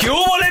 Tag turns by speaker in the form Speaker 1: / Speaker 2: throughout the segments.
Speaker 1: ¿Qué hubo, le,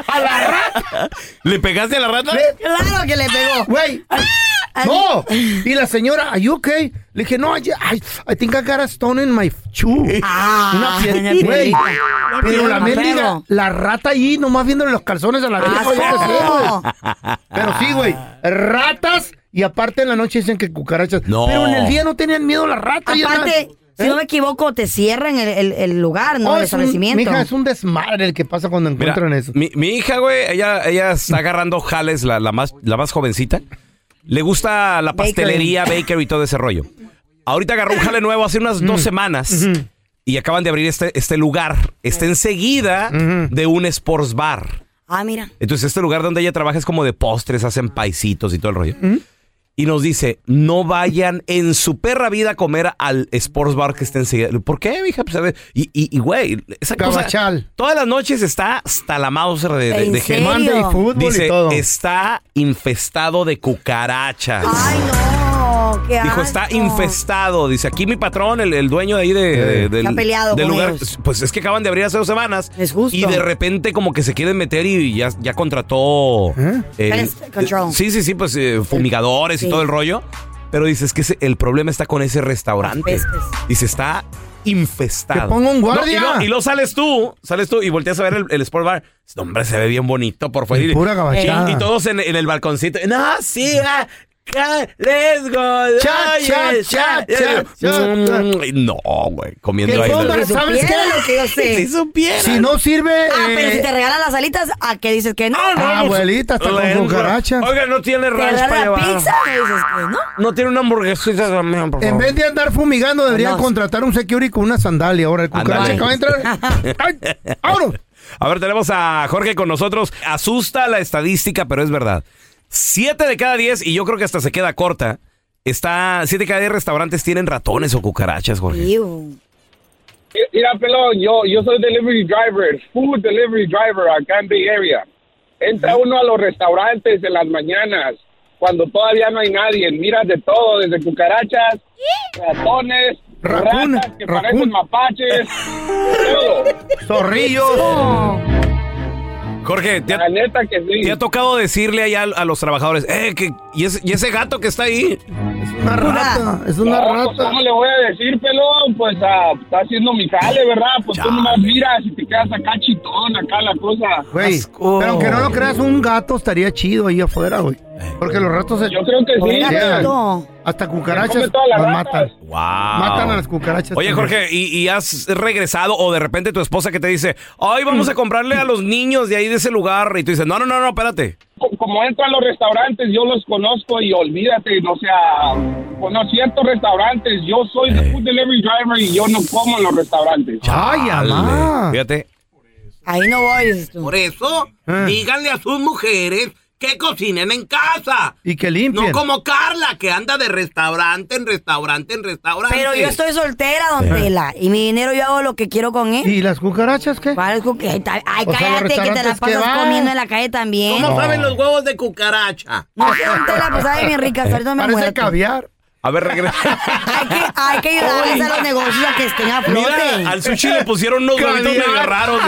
Speaker 2: A la rata.
Speaker 3: ¿Le pegaste a la rata?
Speaker 2: Le-
Speaker 4: Claro que le pegó. Ah,
Speaker 2: Güey. No. Y la señora, ¿are you okay? Le dije, no, I, ju- I, I think I got a stone in my shoe.
Speaker 4: Ah,
Speaker 2: Una piedra,
Speaker 4: en el
Speaker 2: güey.
Speaker 4: pelito.
Speaker 2: Pero la
Speaker 4: Perro.
Speaker 2: mendiga, la rata allí, nomás viéndole los calzones a la vieja. yo qué sé, güey.
Speaker 4: Asco.
Speaker 2: Pero sí, güey, ratas y aparte en la noche dicen que cucarachas.
Speaker 3: No.
Speaker 2: Pero en el día no tenían miedo las ratas. ¿Eh? ya
Speaker 4: Aparte,
Speaker 2: sabes.
Speaker 4: si no me equivoco, te cierran el, el- el lugar, ¿no?
Speaker 2: Oh,
Speaker 4: el
Speaker 2: es un-
Speaker 4: establecimiento.
Speaker 2: Mija, es un desmadre el que pasa cuando
Speaker 3: Mira,
Speaker 2: encuentran eso.
Speaker 3: mi, mi hija, güey, ella, ella está agarrando jales, la, la más, la más jovencita. Le gusta la
Speaker 4: Bakery.
Speaker 3: pastelería, bakery y todo ese rollo. Ahorita agarró un jale nuevo hace unas dos semanas y acaban de abrir este, este lugar. Está enseguida de un sports bar.
Speaker 4: Ah, mira.
Speaker 3: Entonces, este lugar donde ella trabaja es como de postres, hacen paisitos y todo el rollo. Y nos dice, no vayan en su perra vida a comer al sports bar que está enseguida. ¿Por qué, hija? Pues a ver, y, y, y, güey, esa cosa...
Speaker 2: Gabachal.
Speaker 3: Todas las noches está hasta la mouse de, de,
Speaker 4: ¿En
Speaker 3: de gente.
Speaker 4: serio?
Speaker 2: Manda y fútbol
Speaker 3: Dice,
Speaker 2: y todo.
Speaker 3: está infestado de cucarachas.
Speaker 4: Ay, no. Qué
Speaker 3: Dijo, está
Speaker 4: asco.
Speaker 3: infestado. Dice, aquí mi patrón, el, el dueño de ahí de- de- del,
Speaker 4: Está peleado
Speaker 3: del
Speaker 4: con
Speaker 3: lugar.
Speaker 4: ellos.
Speaker 3: Pues es que acaban de abrir hace dos semanas.
Speaker 4: Es justo.
Speaker 3: Y de repente como que se quieren meter y ya, ya contrató... eh,
Speaker 4: Pest control.
Speaker 3: Sí, sí, sí, pues eh, fumigadores y
Speaker 4: Sí.
Speaker 3: todo el rollo. Pero dice, es que ese- el problema está con ese restaurante.
Speaker 4: Las pestes.
Speaker 3: Dice, está infestado.
Speaker 2: Que ponga un guardia.
Speaker 3: No, y, lo, sales tú, sales tú y volteas a ver el, el Sport Bar. No, hombre, se ve bien bonito por fuera.
Speaker 2: Y pura gabachada.
Speaker 3: Y, y todos en, en el balconcito. No, sí, ah, Ah, Let's go.
Speaker 2: Cha, cha, cha, cha, cha.
Speaker 3: Mm, No, güey. Comiendo
Speaker 2: Que
Speaker 3: ahí.
Speaker 2: ponga-
Speaker 4: Si
Speaker 2: ¿Sabes
Speaker 4: supiera
Speaker 2: qué?
Speaker 4: lo que yo sé.
Speaker 3: Si supiera.
Speaker 2: Si no sirve.
Speaker 4: Ah, pero
Speaker 2: eh,
Speaker 4: si te regalan las alitas, ¿a qué dices que no?
Speaker 2: Ah, abuelita, está con cucarachas.
Speaker 3: Oiga, no tiene
Speaker 4: ¿Te
Speaker 3: ranch para
Speaker 4: regalan
Speaker 3: llevar.
Speaker 4: pizza? ¿Qué dices que no?
Speaker 3: No tiene una hamburguesita también, por
Speaker 2: En
Speaker 3: favor.
Speaker 2: vez de andar fumigando, deberían
Speaker 4: Vamos.
Speaker 2: contratar un security con una sandalia. Ahora el cucaracha
Speaker 3: Ándale.
Speaker 2: que va a entrar. ¡Ay! ¡Vámonos!
Speaker 3: A ver, tenemos a Jorge con nosotros. Asusta la estadística, pero es verdad. Siete de cada diez, y yo creo que hasta se queda corta, está. Siete de cada diez restaurantes tienen ratones o cucarachas, Jorge.
Speaker 4: Iu.
Speaker 5: Mira, pelón, yo, yo soy delivery driver, food delivery driver acá en Bay Area. Entra uno a los restaurantes en las mañanas, cuando todavía no hay nadie. Miras de todo, desde cucarachas, ratones,
Speaker 2: Raccoon,
Speaker 5: ratas que
Speaker 2: raccoon.
Speaker 5: parecen mapaches, todo.
Speaker 2: ¡Zorrillos!
Speaker 3: Jorge, te ha,
Speaker 5: La neta que sí.
Speaker 3: te ha tocado decirle allá a, a los trabajadores, eh, que, y, ese, y ese gato que está ahí.
Speaker 2: Es una rata. Es una
Speaker 5: No, pues,
Speaker 2: rata.
Speaker 5: ¿Cómo le voy a decir, pelón? Pues ah, está haciendo mi jale, ¿verdad? Pues tú
Speaker 3: Chale.
Speaker 5: nomás miras y te quedas acá chitón, acá la cosa.
Speaker 2: Güey,
Speaker 3: Asco.
Speaker 2: pero aunque no lo creas, un gato estaría chido ahí afuera, güey.
Speaker 3: Eh.
Speaker 2: Porque los ratos se...
Speaker 5: Yo creo que sí.
Speaker 4: Oiga,
Speaker 2: Yeah.
Speaker 4: gato.
Speaker 2: hasta cucarachas
Speaker 5: Se come todas las
Speaker 2: las
Speaker 5: ratas.
Speaker 2: matan.
Speaker 3: Wow.
Speaker 2: Matan a las cucarachas.
Speaker 3: Oye, Jorge, ¿y, y has regresado o de repente tu esposa que te dice, ay, vamos a comprarle a los niños de ahí de ese lugar? Y tú dices, no, no, no, no, espérate.
Speaker 5: co- como entro a los restaurantes, yo los conozco y olvídate, o sea, conozco ciertos restaurantes, yo soy de food delivery driver y yo no como en los restaurantes.
Speaker 2: ¡Ay,
Speaker 3: Dale.
Speaker 2: amá!
Speaker 3: Fíjate.
Speaker 4: Ahí no voy, dices tú.
Speaker 6: Por eso,
Speaker 2: Eh.
Speaker 6: díganle a sus mujeres que cocinen en casa.
Speaker 2: Y que limpien.
Speaker 6: No como Carla, que anda de restaurante en restaurante en restaurante.
Speaker 4: Pero yo estoy soltera, don Tela. Y mi dinero yo hago lo que quiero con él.
Speaker 2: ¿Y las cucarachas qué?
Speaker 4: ¿Cuál es cu- que- Ay,
Speaker 2: O sea,
Speaker 4: cállate,
Speaker 2: los
Speaker 4: que te la
Speaker 2: restaurantes que
Speaker 4: pasas
Speaker 2: vas.
Speaker 4: comiendo en la calle también.
Speaker 6: ¿Cómo saben los huevos de cucaracha?
Speaker 4: No sé, don Tela, pues sabe bien rica. Perdón, me
Speaker 2: Parece
Speaker 4: muerto.
Speaker 2: caviar.
Speaker 3: A ver, regresa.
Speaker 4: Hay que, hay que ayudarles a los negocios a que estén a flote.
Speaker 3: Mira, al sushi le pusieron unos
Speaker 2: Caviar.
Speaker 3: huevitos medio raros.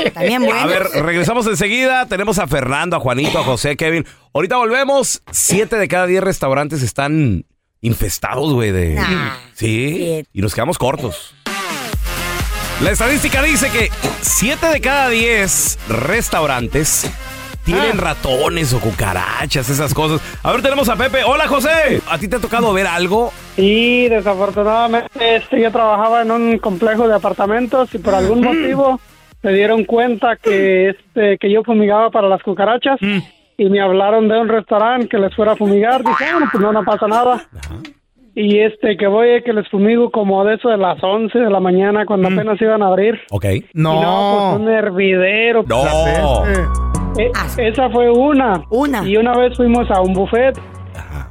Speaker 3: mira.
Speaker 4: También bueno.
Speaker 3: A ver, regresamos enseguida. Tenemos a Fernando, a Juanito, a José, Kevin. Ahorita volvemos. Siete de cada diez restaurantes están infestados, güey, de...
Speaker 4: Nah.
Speaker 3: Sí. Y nos quedamos cortos. La estadística dice que siete de cada diez restaurantes tienen
Speaker 4: Ah.
Speaker 3: ratones o cucarachas, esas cosas. A ver, tenemos a Pepe. Hola, José. ¿A ti te ha tocado ver algo
Speaker 7: Sí, desafortunadamente este, yo trabajaba en un complejo de apartamentos y por algún motivo se dieron cuenta que este que yo fumigaba para las cucarachas y me hablaron de un restaurante que les fuera a fumigar. Dije, "Ah, pues no, no pasa nada. Y este que voy que les fumigo como de eso de las 11 de la mañana cuando apenas iban a abrir.
Speaker 3: Ok.
Speaker 7: Y no, pues,
Speaker 2: No.
Speaker 7: un hervidero.
Speaker 3: No.
Speaker 2: Eh,
Speaker 7: E- esa fue una.
Speaker 4: Una.
Speaker 7: Y una vez fuimos a un buffet.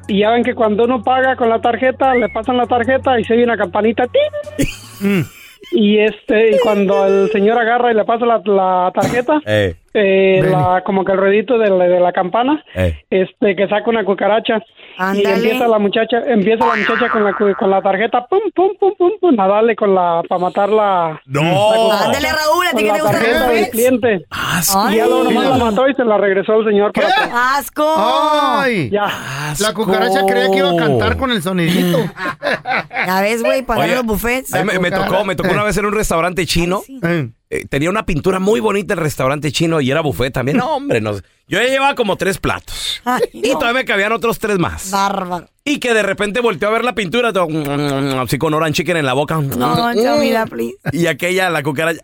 Speaker 7: Y ya ven que cuando uno paga con la tarjeta, le pasan la tarjeta y se oye una campanita. ¡tin! y este, y cuando el señor agarra y le pasa la, la tarjeta,
Speaker 3: Eh.
Speaker 7: eh, la- como que el ruedito de la, de la campana,
Speaker 3: Eh.
Speaker 7: este, que saca una cucaracha. Y
Speaker 4: Ándale.
Speaker 7: empieza la muchacha, empieza la muchacha con la, cu- con la tarjeta, pum, pum, pum, pum, pum, a darle con la, para matar la,
Speaker 3: No.
Speaker 4: Ándale, Raúl, a ti
Speaker 7: con
Speaker 4: que
Speaker 7: la
Speaker 4: te gusta
Speaker 7: tarjeta
Speaker 4: el
Speaker 7: del
Speaker 4: buffet.
Speaker 7: cliente. Y ya luego nomás la
Speaker 4: Ay,
Speaker 7: mató y se la regresó al señor para atrás.
Speaker 4: ¡Asco!
Speaker 2: ¡Ay!
Speaker 7: Ya.
Speaker 2: La cucaracha creía que iba a cantar con el sonidito.
Speaker 4: Ya ves, güey, pagar
Speaker 3: Oye,
Speaker 4: los buffets.
Speaker 3: ahí me, me tocó, me tocó
Speaker 2: Eh.
Speaker 3: una vez en un restaurante chino.
Speaker 2: Eh,
Speaker 3: Eh, tenía una pintura muy bonita el restaurante chino y era buffet también. No, hombre, no. sé. Yo ya llevaba como tres platos.
Speaker 4: Ay,
Speaker 3: Y
Speaker 4: no,
Speaker 3: todavía me cabían otros tres más.
Speaker 4: Bárbaro.
Speaker 3: Y que de repente volteó a ver la pintura, todo, así con orange chicken en la boca.
Speaker 4: No, Chamila, please.
Speaker 3: Y aquella, la cucaracha.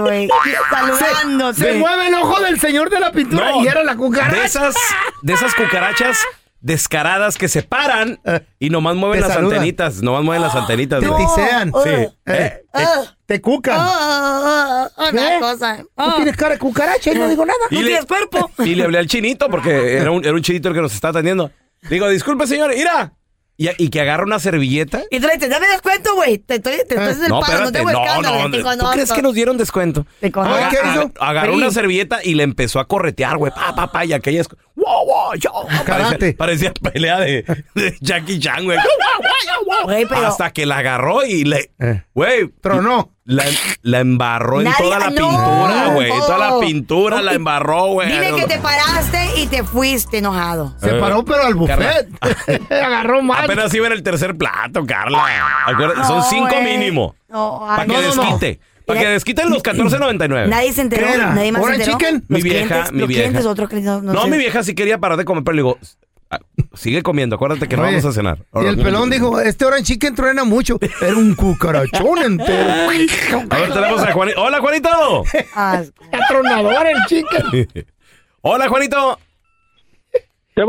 Speaker 4: güey. Saludándote.
Speaker 2: Se mueve el ojo del señor de la pintura
Speaker 3: No,
Speaker 2: y era la
Speaker 3: De
Speaker 2: cucaracha.
Speaker 3: esas, de esas cucarachas descaradas que se paran y nomás mueven
Speaker 2: Eh. Te
Speaker 3: las
Speaker 2: saludan. Ah.
Speaker 3: antenitas. Nomás mueven las antenitas.
Speaker 2: Te
Speaker 3: güey.
Speaker 2: tisean.
Speaker 3: Sí.
Speaker 2: Eh,
Speaker 3: Eh,
Speaker 4: Ah,
Speaker 2: Te cucan.
Speaker 4: ah, ah, ah, una
Speaker 2: ¿Eh?
Speaker 4: cosa.
Speaker 2: No
Speaker 4: Ah.
Speaker 2: tienes cara de cucaracha y no digo nada.
Speaker 4: No
Speaker 3: le-
Speaker 4: tienes cuerpo.
Speaker 3: Y le hablé al chinito porque era un, era un chinito el que nos estaba atendiendo. Digo, disculpe, señor, mira. Y, y que agarra una servilleta.
Speaker 4: Y tú le dices, dame descuento, güey. Te estoy, te estoy haciendo el
Speaker 3: No,
Speaker 4: paro, no
Speaker 3: espérate,
Speaker 4: tengo
Speaker 3: no,
Speaker 4: escándalo,
Speaker 3: no.
Speaker 4: te
Speaker 3: ¿Tú
Speaker 4: conozco.
Speaker 3: crees que nos dieron descuento? Ah,
Speaker 4: Te conozco.
Speaker 3: Aga-
Speaker 2: Ay, ¿qué hizo?
Speaker 3: aga- agarró una servilleta y le empezó a corretear, güey. Pa, pa, pa, y aquella es... ¡Wow, wow, yo!
Speaker 2: Karate.
Speaker 3: Parecía, parecía pelea de, de Jackie Chan, güey. Guau, guau, guau, guau.
Speaker 4: Güey, pero-
Speaker 3: Hasta que la agarró y le...
Speaker 2: Eh.
Speaker 3: Güey...
Speaker 2: Tronó.
Speaker 3: La, la embarró en
Speaker 4: Nadie-
Speaker 3: toda la
Speaker 4: ¡No!
Speaker 3: pintura, güey. Toda la pintura la embarró, güey.
Speaker 4: Dime que te paraste y te fuiste enojado.
Speaker 3: Eh,
Speaker 2: Se paró, pero al buffet. Agarró mal.
Speaker 3: Apenas iba en el tercer plato, Carla. Acuérdate, son
Speaker 4: No,
Speaker 3: cinco
Speaker 4: güey.
Speaker 3: mínimo.
Speaker 4: No,
Speaker 3: Para
Speaker 4: ay,
Speaker 3: que
Speaker 4: no, no, no.
Speaker 3: desquite. Para que desquiten los 14.99.
Speaker 4: Nadie se enteró,
Speaker 3: ¿Qué era?
Speaker 4: nadie más se
Speaker 3: ¿Orange
Speaker 4: enteró.
Speaker 3: chicken? Mi
Speaker 4: Los
Speaker 3: vieja,
Speaker 4: clientes-
Speaker 3: mi
Speaker 4: los
Speaker 3: vieja.
Speaker 4: clientes, otro cliente, no,
Speaker 3: No,
Speaker 4: no sé.
Speaker 3: mi vieja sí quería parar de comer, pero le digo, "Ah, sigue comiendo, acuérdate que no
Speaker 2: Oye,
Speaker 3: vamos a cenar.
Speaker 2: Y el pelón dijo, este orange chicken truena mucho. Era un cucarachón entero.
Speaker 3: A
Speaker 4: eh.
Speaker 3: ver, tenemos a Juanito. ¡Hola, Juanito!
Speaker 4: Ah,
Speaker 2: Atronador el chicken.
Speaker 3: ¡Hola, Juanito!
Speaker 8: ¿Qué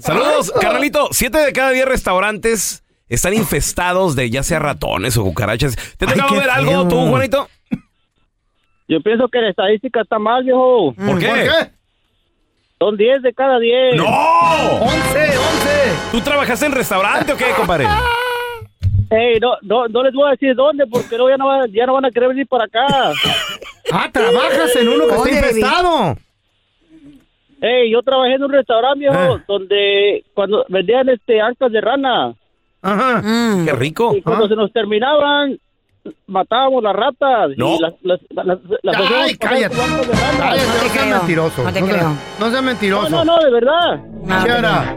Speaker 3: Saludos, carnalito. Siete de cada diez restaurantes están infestados de ya sea ratones o cucarachas. ¿Te ha tocado ver algo tú, Juanito?
Speaker 8: Yo pienso que la estadística está mal, viejo.
Speaker 3: ¿Por qué? ¿Por
Speaker 8: Son 10 de cada 10.
Speaker 3: ¡No! ¡11, 11! ¿Tú trabajaste en restaurante o qué, compadre?
Speaker 8: Ey, no, no, no les voy a decir dónde porque luego ya no, van- ya no van a querer venir para acá.
Speaker 2: ah, trabajas en uno que está infestado.
Speaker 8: Ey, yo trabajé en un restaurante, viejo,
Speaker 2: Ah.
Speaker 8: donde cuando vendían este ancas de rana.
Speaker 2: Ajá.
Speaker 3: Qué rico.
Speaker 8: Y cuando se nos terminaban, matábamos las ratas.
Speaker 2: No.
Speaker 8: Y las, las, las, las
Speaker 2: Ay,
Speaker 8: hacíamos pasar
Speaker 2: cállate.
Speaker 8: como ancas de rana.
Speaker 2: Cállate, no, seas mentiroso. No seas- No seas mentiroso.
Speaker 8: No, no, no, de verdad.
Speaker 2: ¿Qué era?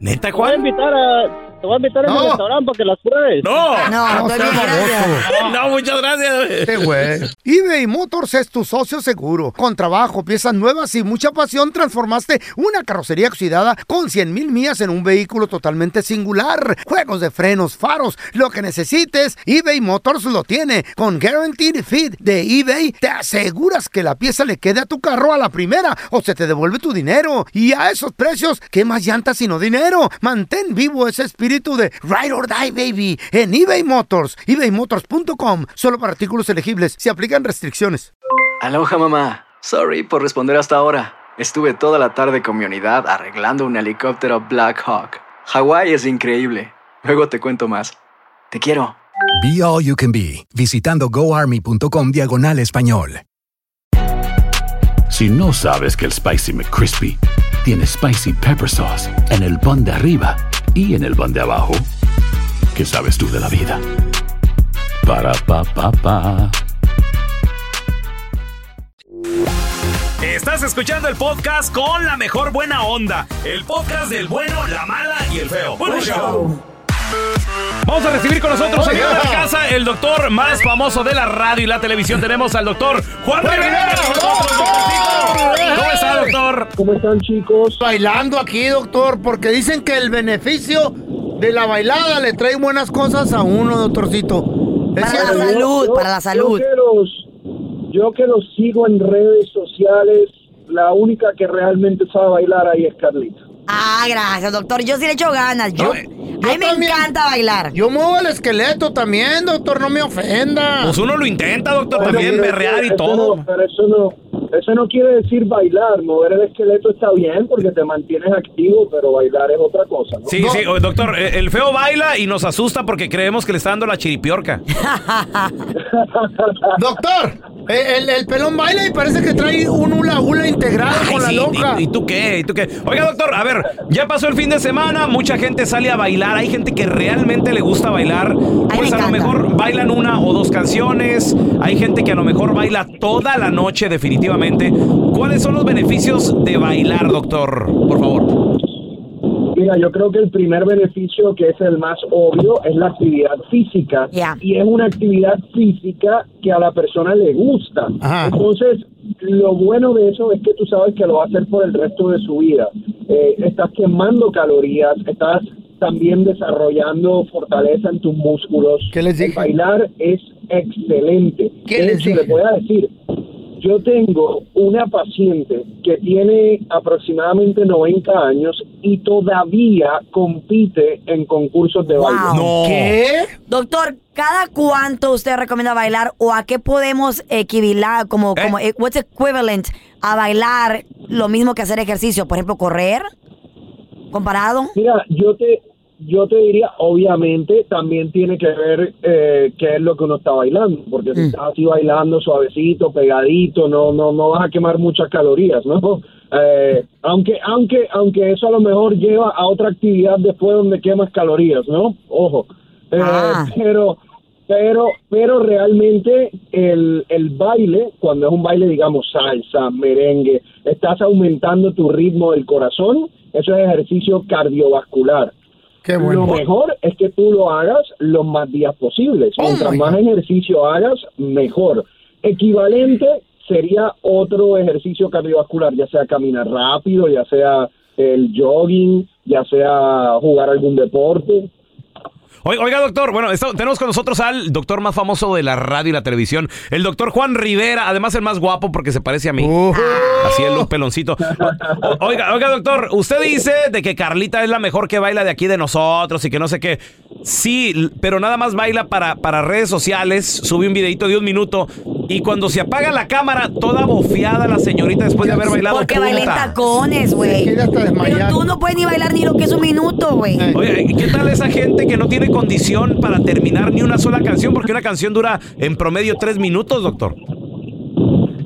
Speaker 3: ¿Neta,
Speaker 8: Te voy a invitar a, te voy a, invitar a mi
Speaker 2: No.
Speaker 8: restaurante para que las pruebes.
Speaker 3: No.
Speaker 2: No, estoy bien, gracias.
Speaker 3: No, muchas gracias.
Speaker 2: Este güey. eBay Motors es tu socio seguro. Con trabajo, piezas nuevas y mucha pasión, transformaste una carrocería oxidada con 100 mil millas en un vehículo totalmente singular. Juegos de frenos, faros, lo que necesites, eBay Motors lo tiene. Con Guaranteed Fit de eBay, te aseguras que la pieza le quede a tu carro a la primera o se te devuelve tu dinero. Y a esos precios, ¿qué más llantas sino dinero? Mantén vivo ese espíritu de Ride or Die, baby, en eBay Motors. ebaymotors.com. Solo para artículos elegibles. Se aplican restricciones.
Speaker 9: Aloha mamá. Sorry por responder hasta ahora. Estuve toda la tarde con mi unidad arreglando un helicóptero Black Hawk. Hawái es increíble. Luego te cuento más. Te quiero.
Speaker 10: Be All You Can Be, visitando goarmy.com diagonal español.
Speaker 11: Si no sabes que el Spicy McCrispy tiene Spicy Pepper Sauce en el pan de arriba y en el pan de abajo, ¿qué sabes tú de la vida? Para, pa, pa, pa.
Speaker 1: Estás escuchando el podcast con la mejor buena onda. El podcast del bueno, la mala y el feo. Bueno, show.
Speaker 3: Vamos a recibir con nosotros en la casa el doctor más famoso de la radio y la televisión. Tenemos al doctor Juan Rivera. con nosotros, doctorcito. ¿Cómo está, doctor?
Speaker 2: ¿Cómo están, chicos? Bailando aquí, doctor, porque dicen que el beneficio de la bailada le trae buenas cosas a uno, doctorcito. ¿Es cierto?
Speaker 8: Yo que, los, yo que los sigo en redes sociales, la única que realmente sabe bailar ahí es Carlita.
Speaker 4: Ah, gracias, doctor. Yo sí le echo ganas. Yo, a mí me encanta bailar.
Speaker 2: Yo muevo el esqueleto también, doctor, no me ofenda.
Speaker 3: Pues uno lo intenta, doctor,
Speaker 8: Bueno,
Speaker 3: también,
Speaker 8: pero
Speaker 3: berrear y
Speaker 8: eso
Speaker 3: todo.
Speaker 8: no, pero eso no, eso no quiere decir bailar. Mover el esqueleto está bien porque te mantienes activo, pero bailar es otra cosa. ¿no?
Speaker 3: Sí,
Speaker 8: No,
Speaker 3: sí, o- doctor, eh, el feo baila y nos asusta porque creemos que le está dando la chiripiorca.
Speaker 2: Doctor, eh, el, el pelón baila y parece que trae un hula hula integrado
Speaker 3: Ay,
Speaker 2: con la
Speaker 3: sí,
Speaker 2: lonja.
Speaker 3: ¿Y, y tú qué? ¿Y tú qué? Oiga, doctor, a ver, ya pasó el fin de semana, mucha gente sale a bailar, hay gente que realmente le gusta bailar, pues a lo mejor bailan una o dos canciones, hay gente que a lo mejor baila toda la noche definitivamente. ¿Cuáles son los beneficios de bailar, doctor? Por favor.
Speaker 8: Mira, yo creo que el primer beneficio, que es el más obvio, es la actividad física. Y es una actividad física que a la persona le gusta. Entonces, lo bueno de eso es que tú sabes que lo va a hacer por el resto de su vida. Eh, estás quemando calorías, estás también desarrollando fortaleza en tus músculos. ¿Qué les dije? bailar es excelente.
Speaker 2: ¿Qué
Speaker 8: De
Speaker 2: les
Speaker 8: hecho, Les voy a decir, yo tengo una paciente que tiene aproximadamente 90 años y todavía compite en concursos de baile.
Speaker 4: Doctor, ¿cada cuánto usted recomienda bailar o a qué podemos equivalar, como, como eh, what's equivalent a bailar lo mismo que hacer ejercicio? Por ejemplo, correr, comparado.
Speaker 8: Mira, yo te, yo te diría, obviamente, también tiene que ver eh, qué es lo que uno está bailando, porque si estás así bailando suavecito, pegadito, no, no, no vas a quemar muchas calorías, ¿no? Eh, aunque, aunque, aunque eso a lo mejor lleva a otra actividad después donde quemas calorías, ¿no? Ojo. Eh,
Speaker 2: Ah.
Speaker 8: Pero, pero, pero realmente el, el baile, cuando es un baile, digamos, salsa, merengue, estás aumentando tu ritmo del corazón, eso es ejercicio cardiovascular.
Speaker 2: Qué bueno.
Speaker 8: Lo mejor es que tú lo hagas los más días
Speaker 2: Oh
Speaker 8: posibles. Mientras más ejercicio hagas, mejor. Equivalente sería otro ejercicio cardiovascular, ya sea caminar rápido, ya sea el jogging, ya sea jugar algún deporte.
Speaker 3: Oi- Oiga, doctor, bueno, está- tenemos con nosotros al doctor más famoso de la radio y la televisión, el doctor Juan Rivera, además el más guapo porque se parece a mí. Así el un peloncito. O- Oiga, oiga, doctor, usted dice de que Carlita es la mejor que baila de aquí de nosotros y que no sé qué. Sí, l- pero nada más baila para, para redes sociales, sube un videito de un minuto y cuando se apaga la cámara, toda bofeada la señorita después de haber bailado.
Speaker 4: Porque bailé en
Speaker 3: puta.
Speaker 4: tacones, güey. Pero tú no puedes ni bailar ni lo que es un minuto, güey.
Speaker 2: Eh.
Speaker 3: Oye, ¿y ¿qué tal esa gente que no tiene condición para terminar ni una sola canción? Porque una canción dura en promedio tres minutos, doctor.